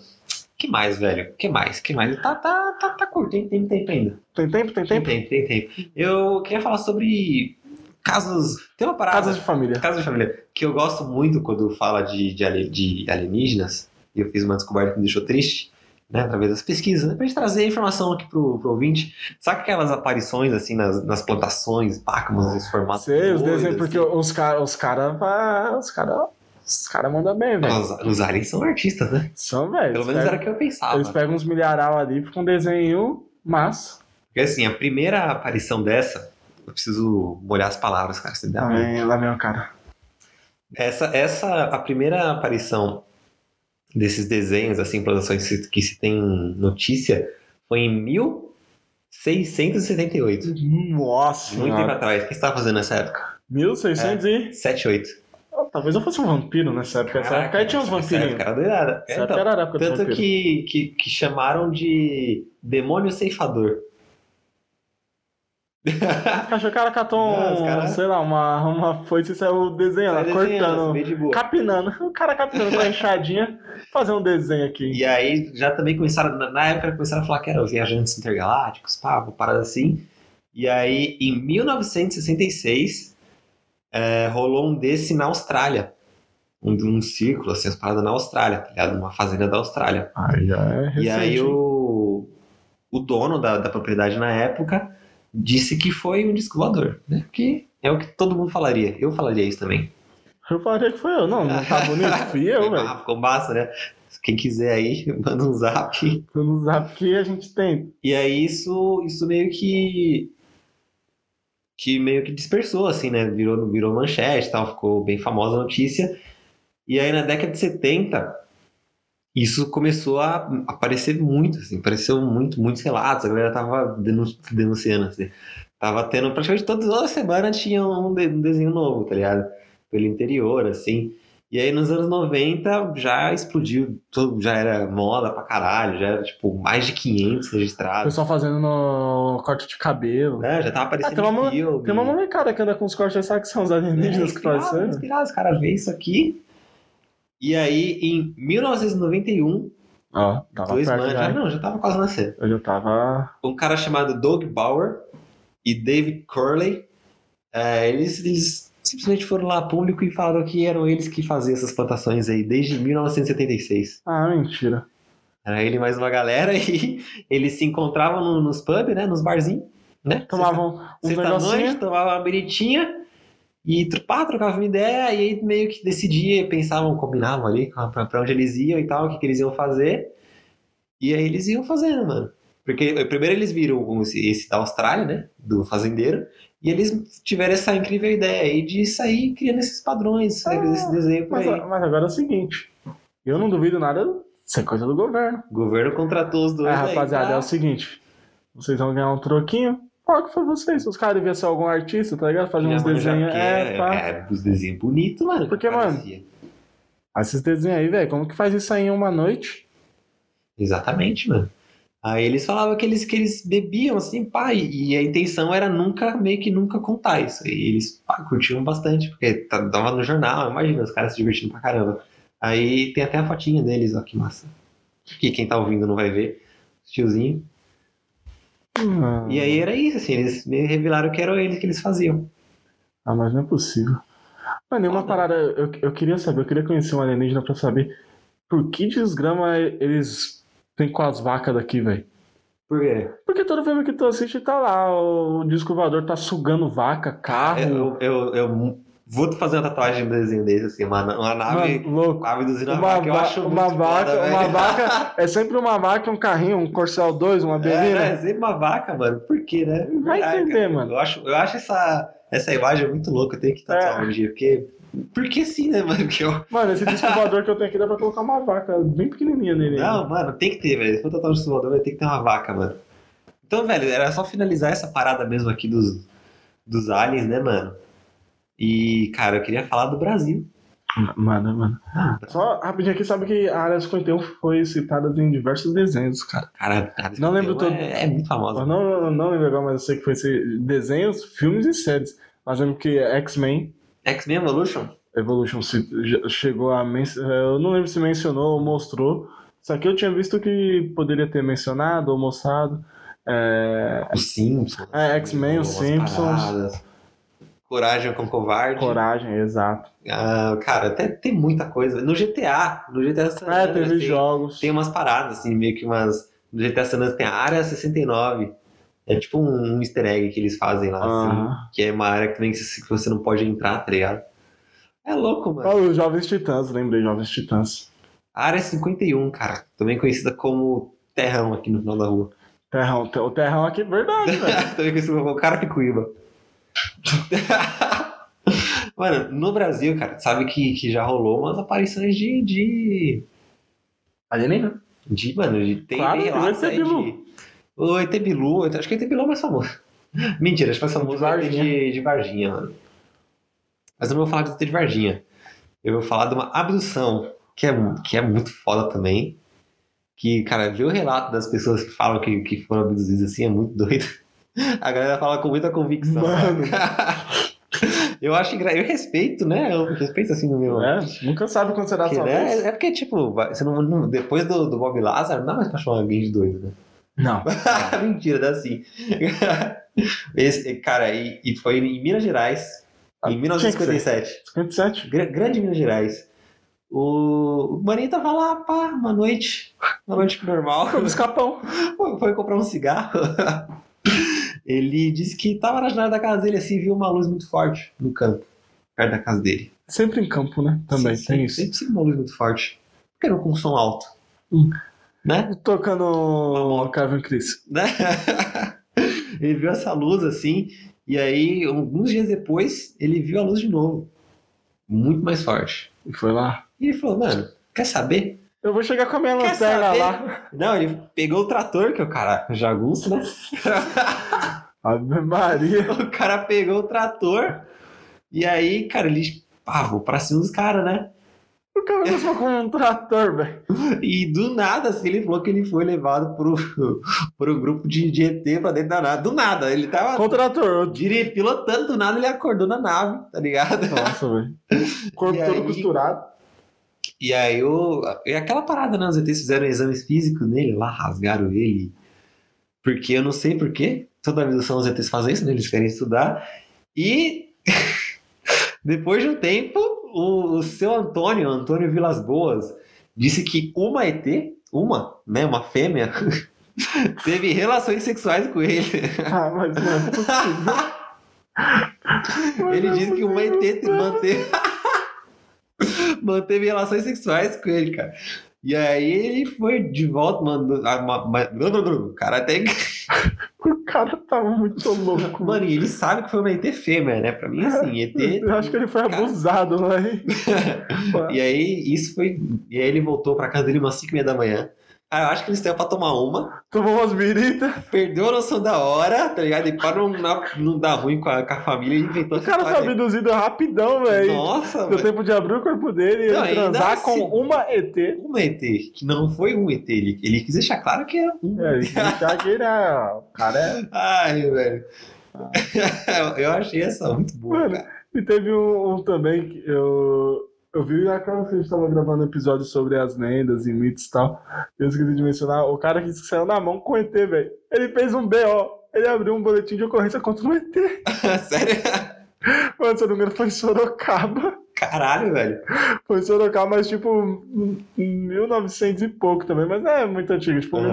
que mais, velho? Que mais? Que mais? Tá, tá, tá, tá curto, tem, tem tempo ainda.
Tem tempo? Tem
Tem
tempo?
tempo, tem tempo. Eu queria falar sobre casos. Tem uma parada.
Casas de família.
Casa de família, que eu gosto muito quando fala de, de, ali- de alienígenas, e eu fiz uma descoberta que me deixou triste, né, através das pesquisas, né, pra gente trazer informação aqui pro, pro ouvinte. Sabe aquelas aparições, assim, nas, nas plantações, pá, com os formatos
Sei, os
doidos,
desenhos, porque
assim.
os caras, os caras, os caras, os caras mandam bem, velho.
assim? Os, os aliens são artistas, né?
São, velho.
Pelo
Eles,
menos era
pegam-
o que eu pensava.
eles pegam uns milharal ali, ficam um desenho, mas...
Porque, assim, a primeira aparição dessa, eu preciso molhar as palavras, cara, se dá um-
Também, lá mesmo, cara.
Essa, essa, a primeira aparição desses desenhos, assim, produções que se- que se tem notícia, foi em 1678.
Nossa
Muito tempo
senhora.
atrás. O que você estava fazendo nessa época?
1600
É.
e...
78.
Oh, talvez eu fosse um vampiro nessa época. Essa época aí tinha uns
Essa
vampirinhos.
época era doidada.
Essa
Então,
época era a época dos
tanto
vampiros.
que, que, que chamaram de demônio ceifador.
Você achou que o cara catou
Não, os
um,
cara-
sei lá, uma, uma foice e saiu desenhando,
Tá desenhando, assim,
cortando,
meio de boa.
capinando. O cara capinando com a enxadinha, fazer um desenho aqui.
E aí já também começaram, na- na época começaram a falar que eram viajantes intergalácticos, pá, uma parada assim. E aí em 1966 é, rolou um desse na Austrália. Um, um círculo, assim, as paradas na Austrália, tá ligado? Numa fazenda da Austrália.
Aí já é
e aí o, o dono da, da propriedade na época disse que foi um disco voador, né? Que é o que todo mundo falaria. Eu falaria isso também.
Eu falaria que foi eu, não, não tá bonito, fui eu,
Ficou
velho.
massa, Ficou massa, né? Quem quiser aí, manda um zap.
No zap que a gente tem.
E aí isso, isso meio que que meio que dispersou assim, né? Virou virou manchete, e tal, ficou bem famosa a notícia. E aí na década de 70 isso começou a aparecer muito, assim, apareceu muito, muitos relatos, a galera tava denun- denunciando, assim. Tava tendo, praticamente todas- toda semana tinha um, de- um desenho novo, tá ligado? Pelo interior, assim. E aí nos anos 90 já explodiu, tudo, já era moda pra caralho, já era, tipo, mais de 500
O
registrados.
pessoal fazendo no corte de cabelo.
Né? Já tava aparecendo
Ah, tem uma
em
mo-
filme.
Tem uma molecada que anda com os cortes, sabe que são os alienígenas que
Inspirado,
fazem né? isso?
inspirado, os caras veem isso aqui. E aí, em 1991,
Ó, tava
dois né?
perto
manos,
já.
já, não, já tava quase nascendo.
Eu já tava...
um cara chamado Doug Bauer e David Curley. É, eles, eles simplesmente foram lá a público e falaram que eram eles que faziam essas plantações aí desde 1976.
Ah, mentira.
Era ele mais uma galera e eles se encontravam no- nos pubs, né? Nos barzinhos, né?
Tomavam um
Sexta-noite,
negocinho.
tomava uma é, biritinha. E tro- pá, trocava uma ideia, e aí meio que decidia, pensavam, combinavam ali pra, pra onde eles iam e tal, o que, que eles iam fazer. E aí eles iam fazendo, mano. Porque eh, primeiro eles viram o- esse, esse da Austrália, né? Do fazendeiro. E eles tiveram essa incrível ideia aí de sair criando esses padrões, sair
Ah,
esse desenho por
Mas,
aí.
a- mas agora é o seguinte. Eu não duvido nada. Isso é coisa do governo.
O governo contratou os dois.
É,
aí tá?
rapaziada,
pra-
é o seguinte. Vocês vão ganhar um troquinho? Qual que foi vocês? Os caras deviam ser algum artista, tá ligado? Fazer uns
Já, mano, já
desenhos.
quer,
É, pá.
é, os desenhos bonitos, mano. que
Porque, mano,
aparecia.
Ah, Esses desenhos aí, velho. Como que faz isso aí em uma noite?
Exatamente, mano. Aí eles falavam que eles, que eles bebiam, assim, pá, e, e a intenção era nunca, meio que nunca contar isso. E eles, pá, curtiam bastante, porque tá- tava no jornal, imagina, os caras se divertindo pra caramba. Aí tem até a fotinha deles, ó, que massa. Que quem tá ouvindo não vai ver, os tiozinho.
Ah,
E aí era isso, assim, eles me revelaram que era eles que eles faziam.
Ah, mas não é possível. Mano, nenhuma
Foda.
parada. Eu, eu queria saber, eu queria conhecer um alienígena pra saber por que desgrama eles têm com as vacas daqui, velho.
Por quê?
Porque todo filme que tu assiste tá lá, o disco voador tá sugando vaca, carro.
É, Eu, eu, eu vou fazer uma tatuagem no desenho desse, assim, uma, uma nave,
Mano, louco.
nave induzindo a
Uma,
vaca, eu
va-
acho
uma
muito
vaca,
foda,
uma
velho.
vaca. É sempre uma vaca, um carrinho, um Corsel 2, uma berlina.
É, né? Sempre uma vaca, mano. Por quê, né?
Vai
Ah,
entender,
cara,
mano.
Eu acho, eu acho essa, essa imagem muito louca. Eu tenho que tatuar
É.
um dia. Porque, porque sim, né, mano? Que eu...
Mano, esse disco voador que eu tenho aqui dá pra colocar uma vaca bem pequenininha nele. ainda.
Não, mano, tem que ter, velho. Se for tatuar um simulador, vai ter que ter uma vaca, mano. Então, velho, era só finalizar essa parada mesmo aqui dos, dos aliens, né, mano? E, cara, eu queria falar do Brasil.
Mano, mano. Só rapidinho aqui, sabe que a Área 51 foi citada em diversos desenhos, cara.
Cara, a área
Não lembro
51
todo.
É, é muito famosa.
Eu não, não, não lembro agora, mas eu sei que foi esse- desenhos, filmes e séries. Mas lembro que X-Men
X-Men Evolution?
Evolution se- já chegou a. men- Eu não lembro se mencionou ou mostrou. Só que eu tinha visto que poderia ter mencionado ou mostrado. É,
Os Simpsons.
É, X-Men, os
umas
Simpsons.
paradas. Coragem com Covarde.
coragem, exato.
Ah, cara, até tem muita coisa. No GTA, no GTA San
É,
Andreas
teve
tem,
jogos.
tem umas paradas, assim, meio que umas. No GTA San Andreas tem a área 69. É tipo um, um easter egg que eles fazem lá, assim,
Aham.
que é uma área que, também que se- que você não pode entrar, tá ligado? É louco, mano.
Ah, os Jovens Titãs, lembrei, Jovens Titãs.
A área 51, cara, também conhecida como Terrão aqui no final da rua.
Terrão, o Terrão aqui, verdade, velho.
também conhecido como Carapicuíba. mano, no Brasil, cara, sabe que, que já rolou umas aparições de- de
Alienígena?
De, mano, de, tem
Claro, um.
tem relatos
o ET
aí né, de...
Bilu.
O ET Bilu, eu acho que o ET Bilu é o mais famoso. Mentira, acho que mais famoso é o ET de,
Varginha.
de Varginha, mano. Mas eu não vou falar do ET de Varginha. Eu vou falar de uma abdução, que é, mu- que é muito foda também. Que, cara, ver o relato das pessoas que falam que, que foram abduzidas assim é muito doido. A galera fala com muita convicção.
Mano.
eu acho engra... Eu respeito, né? Eu respeito assim no meu.
É, nunca sabe quando será a
Porque,
sua
né,
vez.
é porque, tipo, vai- você não, não- depois do, do Bob Lazar, não dá mais pra chamar alguém de doido, né?
Não. É.
Mentira, dá sim. Esse, cara, e, e foi em Minas Gerais,
Ah,
em 1957.
57?
Gra- grande Minas Gerais. O, o Maninho tava lá, pá, uma noite. Uma noite normal.
Foi um escapão.
Foi- foi comprar um cigarro. Ele disse que tava na janela da casa dele, assim, viu uma luz muito forte no campo, perto da casa dele.
Sempre em campo, né? Também
Sim,
tem
sim,
isso.
Sempre, sempre uma luz muito forte. Por que não com som alto?
Hum.
Né?
Tocando o Kevin Chris.
Né? ele viu essa luz assim, e aí, alguns dias depois, ele viu a luz de novo. Muito mais forte.
E foi lá.
E ele falou, mano, quer saber?
Eu vou chegar com a minha
Quer
lanterna
saber?
lá.
Não, ele pegou o trator, que é o cara, jagunço, né?
Ave Maria.
o cara pegou o trator, e aí, cara, ele, pá, vou pra cima dos caras, né?
O cara passou com um trator, velho.
E do nada, assim, ele falou que ele foi levado pro, pro grupo de, de ET pra dentro da nave. Do nada, ele
Com
tava
o trator.
dire- pilotando, do nada ele acordou na nave, tá ligado?
Nossa, velho. Corpo
E
todo
aí?
costurado.
E aí o. E aquela parada, né? Os ETs fizeram exames físicos nele lá, rasgaram ele. Porque eu não sei porquê. Toda abdução os ETs fazem isso, né? Eles querem estudar. E depois de um tempo, o, o seu Antônio, Antônio Vilas Boas, disse que uma ET, uma, né? Uma fêmea, teve relações sexuais com ele.
Ah, mas não é possível.
Ele disse que o ET te- manteve... manteve relações sexuais com ele, cara. E aí ele foi de volta, mandou. ah, ma- ma- Cara, até.
O cara tava muito louco.
Mano, e ele sabe que foi uma ET fêmea, né? Pra mim, assim, ET.
Eu acho que ele foi abusado, velho.
E aí, isso foi. E aí ele voltou pra casa dele umas 5 e meia da manhã. Ah, eu acho que eles saiu pra tomar uma,
Tomou umas biritas.
perdeu a noção da hora, tá ligado? E pra não, na- não dar ruim com a, com a família, ele inventou
O cara
essa
foi
história.
abduzido rapidão, velho.
Nossa,
Deu
mano.
tempo de abrir o corpo dele e
Não, ainda
transar
assim-
com uma ET. É,
Um ET, que não foi um ET, ele, ele quis deixar claro que era um.
já que É, ele é- o cara é.
Ai, velho. eu achei essa muito boa,
Mano,
cara.
E teve um, um também que eu, eu vi aquela que a gente tava gravando episódio sobre as lendas e mitos e tal. Eu esqueci de mencionar, o cara que saiu na mão com o ET, velho. Ele fez um BO. Ele abriu um boletim de ocorrência contra o ET.
Sério?
Mano, se eu não me engano, foi em Sorocaba.
Caralho, velho.
Foi em Sorocaba, mas tipo, em 1900 e pouco também. Mas não é muito antigo, tipo,
Aham.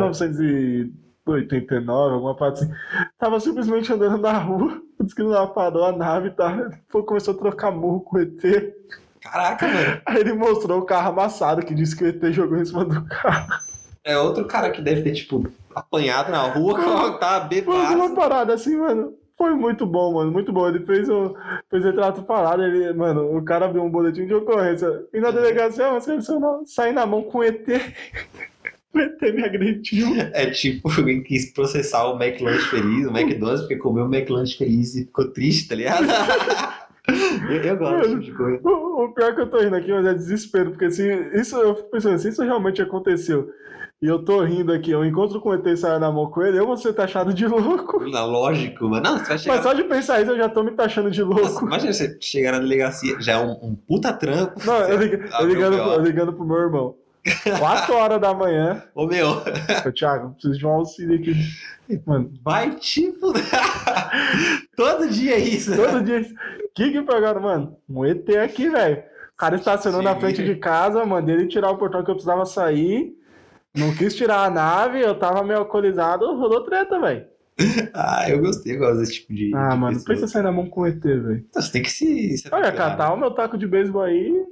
1989, alguma parte assim. Tava simplesmente andando na rua. Disse que não parou a nave, tá? Pô, começou a trocar murro com o ET.
Caraca, mano.
Aí ele mostrou o carro amassado que disse que o ET jogou em cima do carro.
É outro cara que deve ter, tipo, apanhado na rua, tá
Mano,
bebado.
uma parada assim, mano. Foi muito bom, mano. Muito bom. Ele fez o fez retrato parado. Ele, mano, o cara abriu um boletim de ocorrência. E na delegacia, mas ele saiu na- saí na mão com o ET. o ET me agrediu.
É tipo, alguém quis processar o McLunch feliz, o McDonald's, porque comeu o McLunch feliz e ficou triste, tá ligado? eu, eu gosto tipo de coisa.
O, o pior que eu tô rindo aqui, mas é desespero, porque se isso eu fico pensando, se isso realmente aconteceu e eu tô rindo aqui, eu encontro com o ET e saio na mão com ele, eu vou ser taxado de louco.
Não, lógico, mas não, você vai chegar.
Mas é um só de pensar isso eu já tô me taxando de
Nossa,
louco.
imagina você chegar na delegacia, já é um, um puta trampo.
Não, eu, lig- eu
Abriu
ligando,
o BO.
pro- eu ligando pro meu irmão. 4 horas da manhã.
Ô meu,
Eu, Thiago, preciso de um auxílio aqui. Mano,
vai te fuder. Todo dia é isso.
todo dia. O que que pegaram, mano? Um ET aqui, velho. O cara estacionou
Se
na frente
vira.
de casa, mandei ele tirar o portão que eu precisava sair. Não quis tirar a nave, eu tava meio alcoolizado, rolou treta, velho.
Ah, eu gostei, eu gosto desse tipo de.
Ah,
de
mano,
pessoa.
pensa sair na mão com o ET, velho.
Então, Você tem que se. se
Olha,
aventurar.
catar o meu taco de beisebol aí.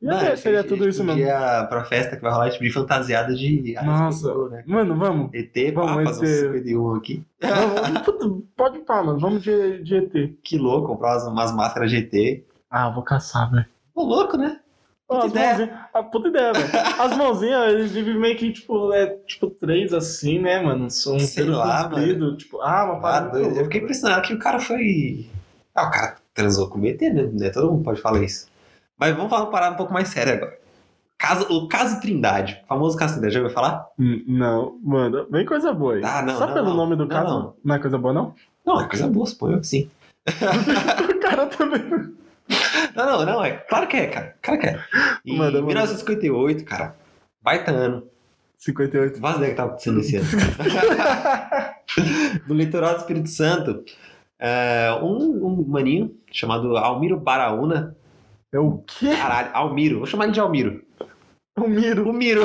E
Não,
aí,
acho que a
seria
gente-
tudo
a
isso
gente
mesmo.
podia pra festa que vai rolar, tipo, de fantasiada de. Ah,
Nossa.
explicou, né?
Mano, vamos.
ET,
Vamos,
pá, um fazer
ET.
uns 51 aqui.
Vamos, puta, pode ir pra, mano. Vamos de, de ET.
Que louco, comprar umas, umas máscaras GT.
Ah, vou caçar, velho.
Ô, louco, né?
Ó,
Puta
as
ideia.
mãozinhas. Ah, puta ideia, velho. As mãozinhas, eles vivem meio que, tipo, é, tipo, três assim, né, mano? São um
Sei
dedo
lá,
Tipo, ah, uma
Ah,
parada.
doido. Eu fiquei impressionado que o cara foi. Ah, o cara transou com o BT, né? né? Todo mundo pode falar isso. Mas vamos falar uma parada um pouco mais séria agora. Caso, o caso Trindade, o famoso caso Trindade, já ouviu falar?
Hum, Não, mano, bem coisa boa aí.
Ah, não,
Só
não,
pelo
não.
nome do
Não,
cara,
não.
não é coisa boa, não?
Não, é coisa boa, suponho que sim.
o cara também.
Não, não, não, é. Claro que é, cara. Claro que é. Em
Manda, manda.
1958, cara. Baita ano.
58.
Vaz ideia que tava acontecendo esse ano. no litoral do Espírito Santo, é, um, um maninho chamado Almiro Baraúna
É o quê? É um
Caralho, Almiro. Vou chamar ele de Almiro.
O Miro.
O Miro.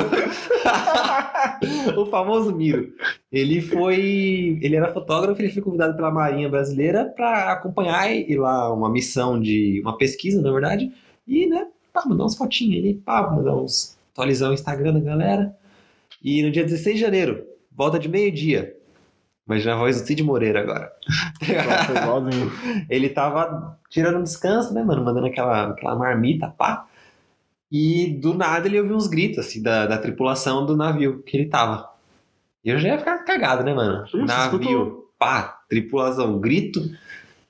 o famoso Miro. Ele foi. Ele era fotógrafo, ele foi convidado pela Marinha Brasileira para acompanhar e ir lá uma missão de. uma pesquisa, na verdade. E, né, pá, mandar uns fotinhos ali, pá, mandar uns. atualizar o Instagram da galera. E no dia 16 de janeiro, volta de meio-dia. Imagina a voz do Cid Moreira agora.
Nossa, igualzinho.
ele tava tirando um descanso, né, mano? Mandando aquela, aquela marmita, pá. E do nada ele ouviu uns gritos, assim, da, da tripulação do navio que ele tava. E eu já ia ficar cagado, né, mano?
Ih, você
navio,
escutou?
pá, tripulação, grito.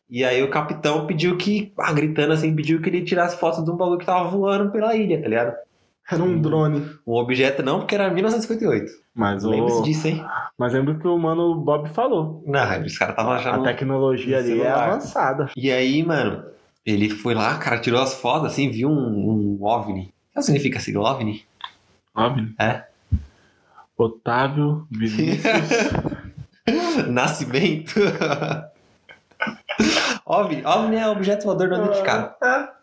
E aí o capitão pediu que, ah, gritando assim, pediu que ele tirasse foto de um bagulho que tava voando pela ilha, tá ligado?
Era um drone.
Um objeto não, porque era 1958.
Mas,
Lembre-se
o...
disso, hein?
Mas lembro que o mano Bob falou.
Não, os caras estavam
A
achando...
tecnologia ali
Tá
é
celular.
avançada.
E aí, mano, ele foi lá, cara, tirou as fotos, assim, viu um, um OVNI. O que significa assim, OVNI?
Óbvio.
É.
Otávio Vinícius.
Nascimento. OVNI. OVNI é objeto voador não identificado. É.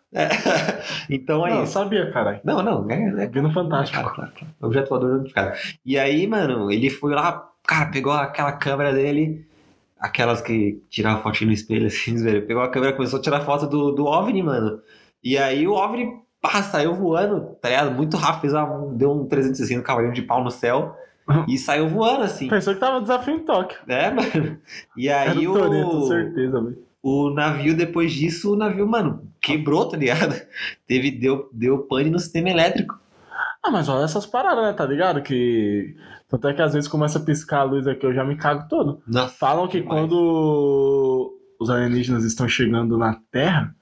Então é
Não,
isso.
sabia, caralho.
Não, não, é, é
Vi no Fantástico.
Claro, claro, claro. Objeto voador não identificado. E aí, mano, ele foi lá, cara, pegou aquela câmera dele, aquelas que tiravam fotinho no espelho, assim, velho. Pegou a câmera e começou a tirar foto do, do OVNI, mano. E aí o OVNI, pá, saiu voando, tá ligado? Muito rápido, fez uma- deu um 360 assim, um cavalinho de pau no céu. E saiu voando, assim.
Pensou que tava desafio em Tóquio.
É, mano. E
Era
aí
o Toreto,
o,
certeza, velho.
o navio, depois disso, o navio, mano, quebrou, tá ligado? Teve, deu, deu pane no sistema elétrico.
Ah, mas olha essas paradas, né, tá ligado? Que. Tanto é que às vezes começa a piscar a luz aqui, eu já me cago todo.
Nossa,
Falam que
demais.
quando os alienígenas estão chegando na Terra,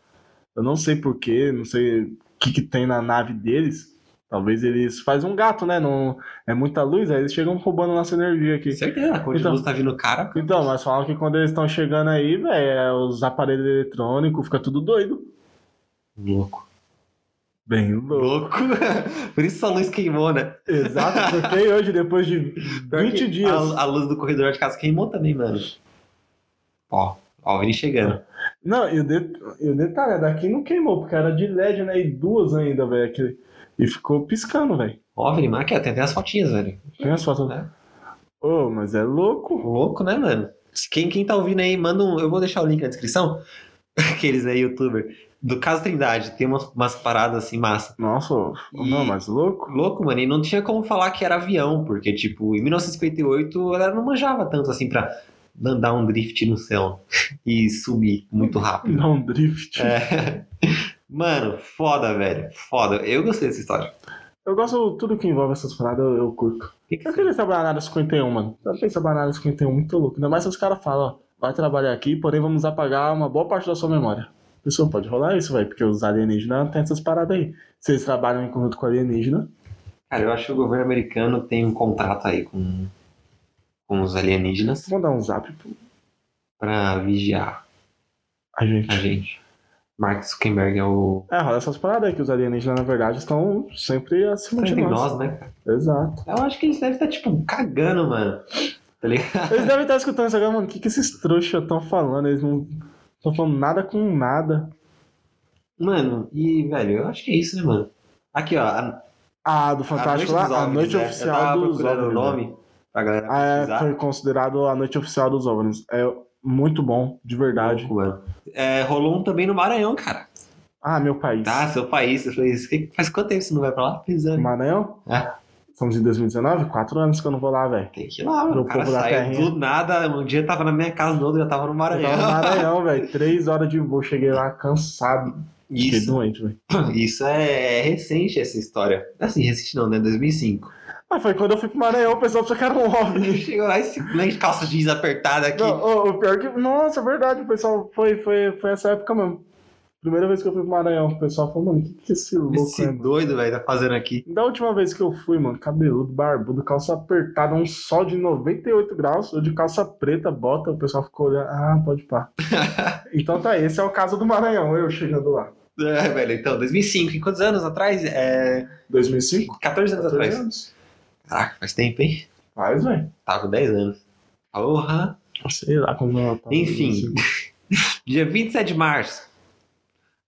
eu não sei porquê, não sei o que, que tem na nave deles. Talvez eles fazem um gato, né? Não, é muita luz, aí eles chegam roubando nossa energia aqui.
Certeza, a conta de
Então-
luz tá vindo cara.
Então, mas falam que quando eles estão chegando aí, velho, é os aparelhos eletrônicos fica tudo doido.
Louco.
Bem louco.
Louco. Por isso a luz queimou, né?
Exato, porque hoje, depois de
Pior que
20 dias.
A, a luz do corredor de casa queimou também, mano. Ó, ó, o Vini chegando.
Não, e o, de... e o detalhe, a daqui não queimou, porque era de LED, né? E duas ainda, velho. que- E ficou piscando, velho.
Ó, Vini, mas aqui, ó, tem até as fotinhas, velho.
Tem as fotos.
É.
Ô, mas é louco.
Louco, né, mano? Se Quem, quem tá ouvindo aí, manda um. Eu vou deixar o link na descrição. Aqueles aí, youtuber. Do Caso Trindade, tem umas, umas paradas assim, massa.
Nossa, ô,
E-
não, mas louco.
Louco, mano, e não tinha como falar que era avião, porque, tipo, em 1958 ela não manjava tanto assim pra andar um drift no céu e subir muito rápido.
Não, drift.
É. Mano, foda, velho. Foda. Eu gostei dessa história.
Eu gosto tudo que envolve essas paradas, eu, eu curto.
O que que
Eu
você-
queria trabalhar na área 51, mano. tá Eu queria trabalhar na área 51, muito louco. Ainda mais se os caras falam, ó, vai trabalhar aqui, porém vamos apagar uma boa parte da sua memória. Pessoal, pode rolar isso, velho, porque os alienígenas têm essas paradas aí. Se eles trabalham em conjunto com alienígena,
Cara, eu acho que o governo americano tem um contrato aí com, com os alienígenas
vão dar um zap pro-
pra vigiar
a gente.
a gente. Mark Zuckerberg é o.
É, rola essas paradas aí que os alienígenas, na verdade, estão sempre acima de
Entre
nós.
nós, né? cara?
Exato.
Eu acho que eles devem estar, tipo, cagando, mano. Tá ligado?
Eles devem estar escutando isso agora, mano. O que, que esses trouxas estão falando? Eles não estão falando nada com nada.
Mano, e, velho, eu acho que é isso, né, mano? Aqui, ó. A,
Ah, do
a dos
Fantástico lá, a
OVNIs,
noite
né? eu
oficial
tava
dos
procurando
OVNIs.
o
né?
nome pra galera
Ah, é,
pesquisar.
foi considerado a noite oficial dos OVNIs. É muito bom, de verdade.
Louco, mano. É, rolou um também no Maranhão, cara.
Ah, meu país.
Tá, seu país, seu país. Que- Faz quanto tempo você não vai pra lá? Fiz ano.
Maranhão?
É.
Estamos em 2019? Quatro anos que eu não vou lá, velho.
Tem que ir lá, mano.
Meu
O cara
povo da
saiu
terrinha.
do nada. Um dia tava na minha casa, no outro já tava no
Eu
Maranhão.
tava no Maranhão, velho. Três horas de voo, cheguei lá cansado. Fiquei
Isso,
doente, velho.
isso é recente, essa história. Assim, recente não, né? 2005.
Ah, foi quando eu fui pro Maranhão, o pessoal pensou que era um OVNI.
Chegou lá esse moleque de calça jeans apertada aqui.
Não, o, o pior que. Nossa, é verdade, o pessoal foi, foi, foi essa época mesmo. Primeira vez que eu fui pro Maranhão, o pessoal falou, mano, o que, que esse louco
esse
é? mano?"
doido, velho, tá fazendo aqui.
Da última vez que eu fui, mano, cabeludo, barbudo, calça apertada, um sol de 98 graus, eu de calça preta, bota, o pessoal ficou olhando, ah, pode pá. então tá, aí, esse é o caso do Maranhão, eu chegando lá.
É, velho, então, 2005. E quantos anos atrás? É,
2005?
14 anos
14
atrás.
anos.
Caraca, faz tempo, hein?
Faz, velho.
Tava Tá com 10 anos. Porra.
Sei lá como ela tá.
Enfim. Dia 27 de março.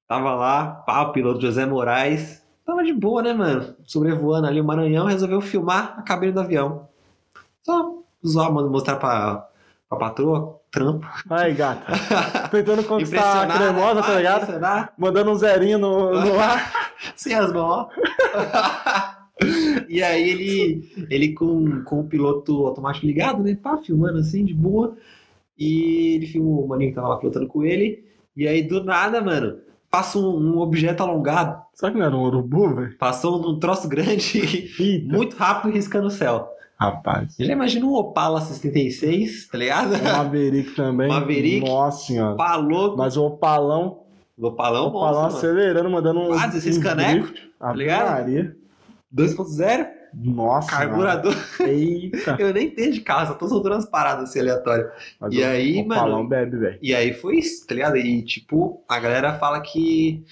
Tava lá, pá, o piloto José Moraes. Tava de boa, né, mano? Sobrevoando ali o Maranhão, resolveu filmar a cabine do avião. Só zoar, mano, mostrar pra, pra patroa, trampo.
Aí, gata. Tentando conquistar a
Impressionar, né?
Tá cremosa, tá
Ah,
ligado?
impressionar.
Mandando um zerinho no, no ar.
Sem as mãos, ó. E aí ele, ele com, com o piloto automático ligado, né? Pá, filmando assim, de boa. E ele filmou o maninho que tava lá pilotando com ele. E aí, do nada, mano, passa um, um objeto alongado.
Será que não era um urubu, velho?
Passou um troço grande,
Ih,
muito rápido, riscando o céu.
Rapaz.
Eu já imagina um Opala 66, tá ligado?
O Maverick também.
Maverick.
Nossa senhora.
Opala louco.
Mas o Opalão,
O Opalão,
o Opalão
monstro, mano.
acelerando, mandando um.
Ah, 16
um
caneco,
drift. Ave
tá ligado?
Maria.
2.0,
Nossa.
carburador.
mano. Eita.
Eu nem tenho de carro, só tô soltando umas paradas assim aleatórias.
Mas
E
o-
aí,
o Opalão
mano?
um bebe, velho.
E aí foi isso, tá ligado? E tipo, a galera fala que,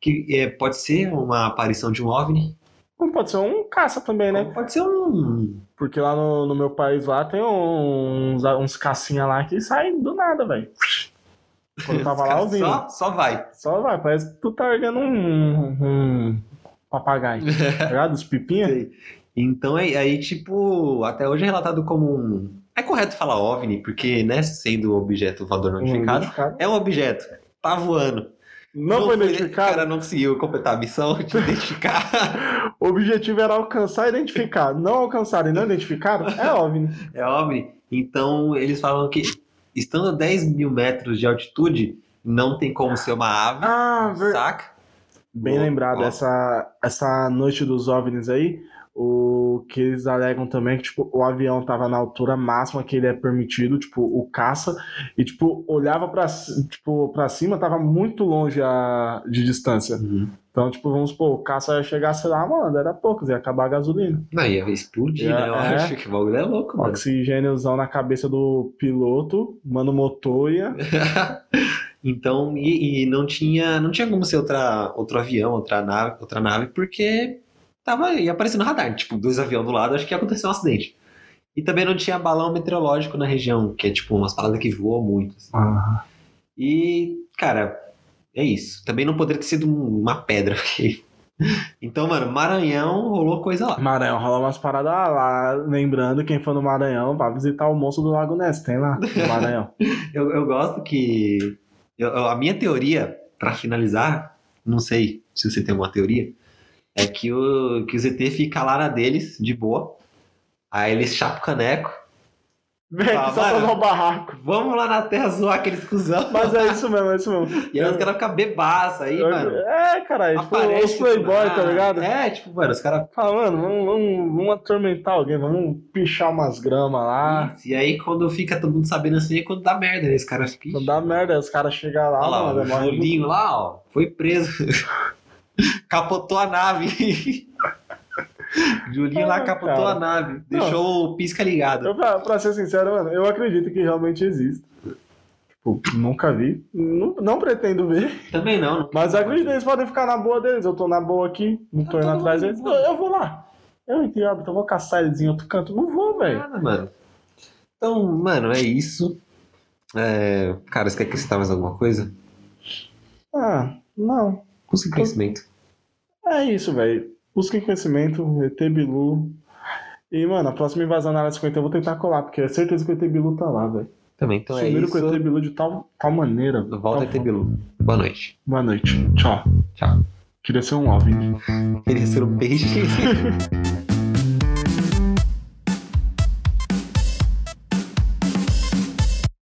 que é, pode ser uma aparição de um OVNI.
Não pode ser um caça também, né?
Pode ser um.
Porque lá no, no meu país lá tem uns, uns cacinha lá que saem do nada, velho. Quando eu tava lá
Cara,
ouvindo. Só,
Só, só vai.
vai, parece que tu tá erguendo um, um papagaio. tá um ligado? Os pipinha.
Sei. Então aí, aí, tipo, até hoje é relatado como um. É correto falar OVNI, porque, né, sendo objeto voador
Não
notificado,
identificado.
é um objeto. Tá voando.
Não, foi
O
identificado.
cara não conseguiu completar a missão de identificar.
O objetivo era alcançar e identificar. Não alcançaram e não identificaram é OVNI.
é OVNI. Então eles falam que, estando a 10 mil metros de altitude, não tem como ser uma ave.
Ah, verdade.
Saca?
Bem
Ó,
lembrado,
ó.
essa, essa noite dos OVNIs aí, o que eles alegam também é que, tipo, o avião tava na altura máxima que ele é permitido, tipo, o caça, e, tipo, olhava pra, ci- tipo, pra cima, tava muito longe a, de distância. Então, tipo, vamos supor, o caça ia chegar, sei lá, mano, era poucos, ia acabar a gasolina.
Não, ia explodir,
É,
né? Eu
é.
acho que o bagulho é louco, mano.
Oxigêniozão na cabeça do piloto, mano, motor ia...
Então, e, e não tinha, não tinha como ser outra, outro avião, outra nave, outra nave, porque tava ia aparecendo radar, tipo, dois aviões do lado, acho que ia acontecer um acidente. E também não tinha balão meteorológico na região, que é tipo umas paradas que voam muito. assim. E, cara, é isso. Também não poderia ter sido um- uma pedra, porque... Então, mano, Maranhão rolou coisa lá.
Maranhão rola umas paradas lá. Lembrando, quem for no Maranhão, vai visitar o monstro do Lago Ness. Tem lá, no Maranhão.
Eu, eu gosto que. eu- eu- a minha teoria, pra finalizar, não sei se você tem alguma teoria, é que o, que o ZT fica lá na deles, de boa. Aí eles chapam o caneco.
Vem aqui só
Maranhão.
pra dar um barraco.
Vamos lá na terra zoar aqueles cuzão.
Mas é isso mesmo, é isso mesmo.
E aí os caras ficam bebaça aí, mano.
é, cara, é tipo os
aparece
playboy,
do
tá
nada.
ligado?
É, tipo, mano, os caras.
Fala, mano, vamos, vamos, vamos atormentar alguém, vamos pichar umas gramas lá.
E aí quando fica todo mundo sabendo assim, é quando dá merda, né? Os caras ficam.
Não
"Ixi,
dá né? merda, os caras chegam lá,
Olha lá,
mano, é
o
demora muito.
Julinho lá, ó, foi preso. capotou a nave. Julinho lá
Ah,
capotou
cara.
a nave. Deixou o pisca ligado.
Eu, pra, pra ser sincero, mano, eu acredito que realmente existe. Tipo, nunca vi, nu- não pretendo ver.
Também não. não
Mas
tem
acredito,
nada.
eles podem ficar na boa deles. Eu tô na boa aqui, não tô
Tá
indo
todo
atrás
mundo
deles.
de
Eu,
boa.
eu vou lá. Eu entrei óbito, eu vou caçar eles em outro canto. Não vou, velho.
Nada, mano. Então, mano, é isso. É, Cara, você quer acrescentar mais alguma coisa?
Ah, não.
Busca conhecimento.
É isso, velho. Busquem conhecimento, ET Bilu. E, mano, a próxima invasão na área 50 eu vou tentar colar, porque é certeza que o ET Bilu tá lá, velho.
Também, então é
Sumiram
isso.
com o ET Bilu de tal, tal maneira. velho.
Volta a
Tal-
Tebilu. Boa noite.
Boa noite. Tchau.
Tchau.
Queria ser um OVNI.
Queria ser um peixe.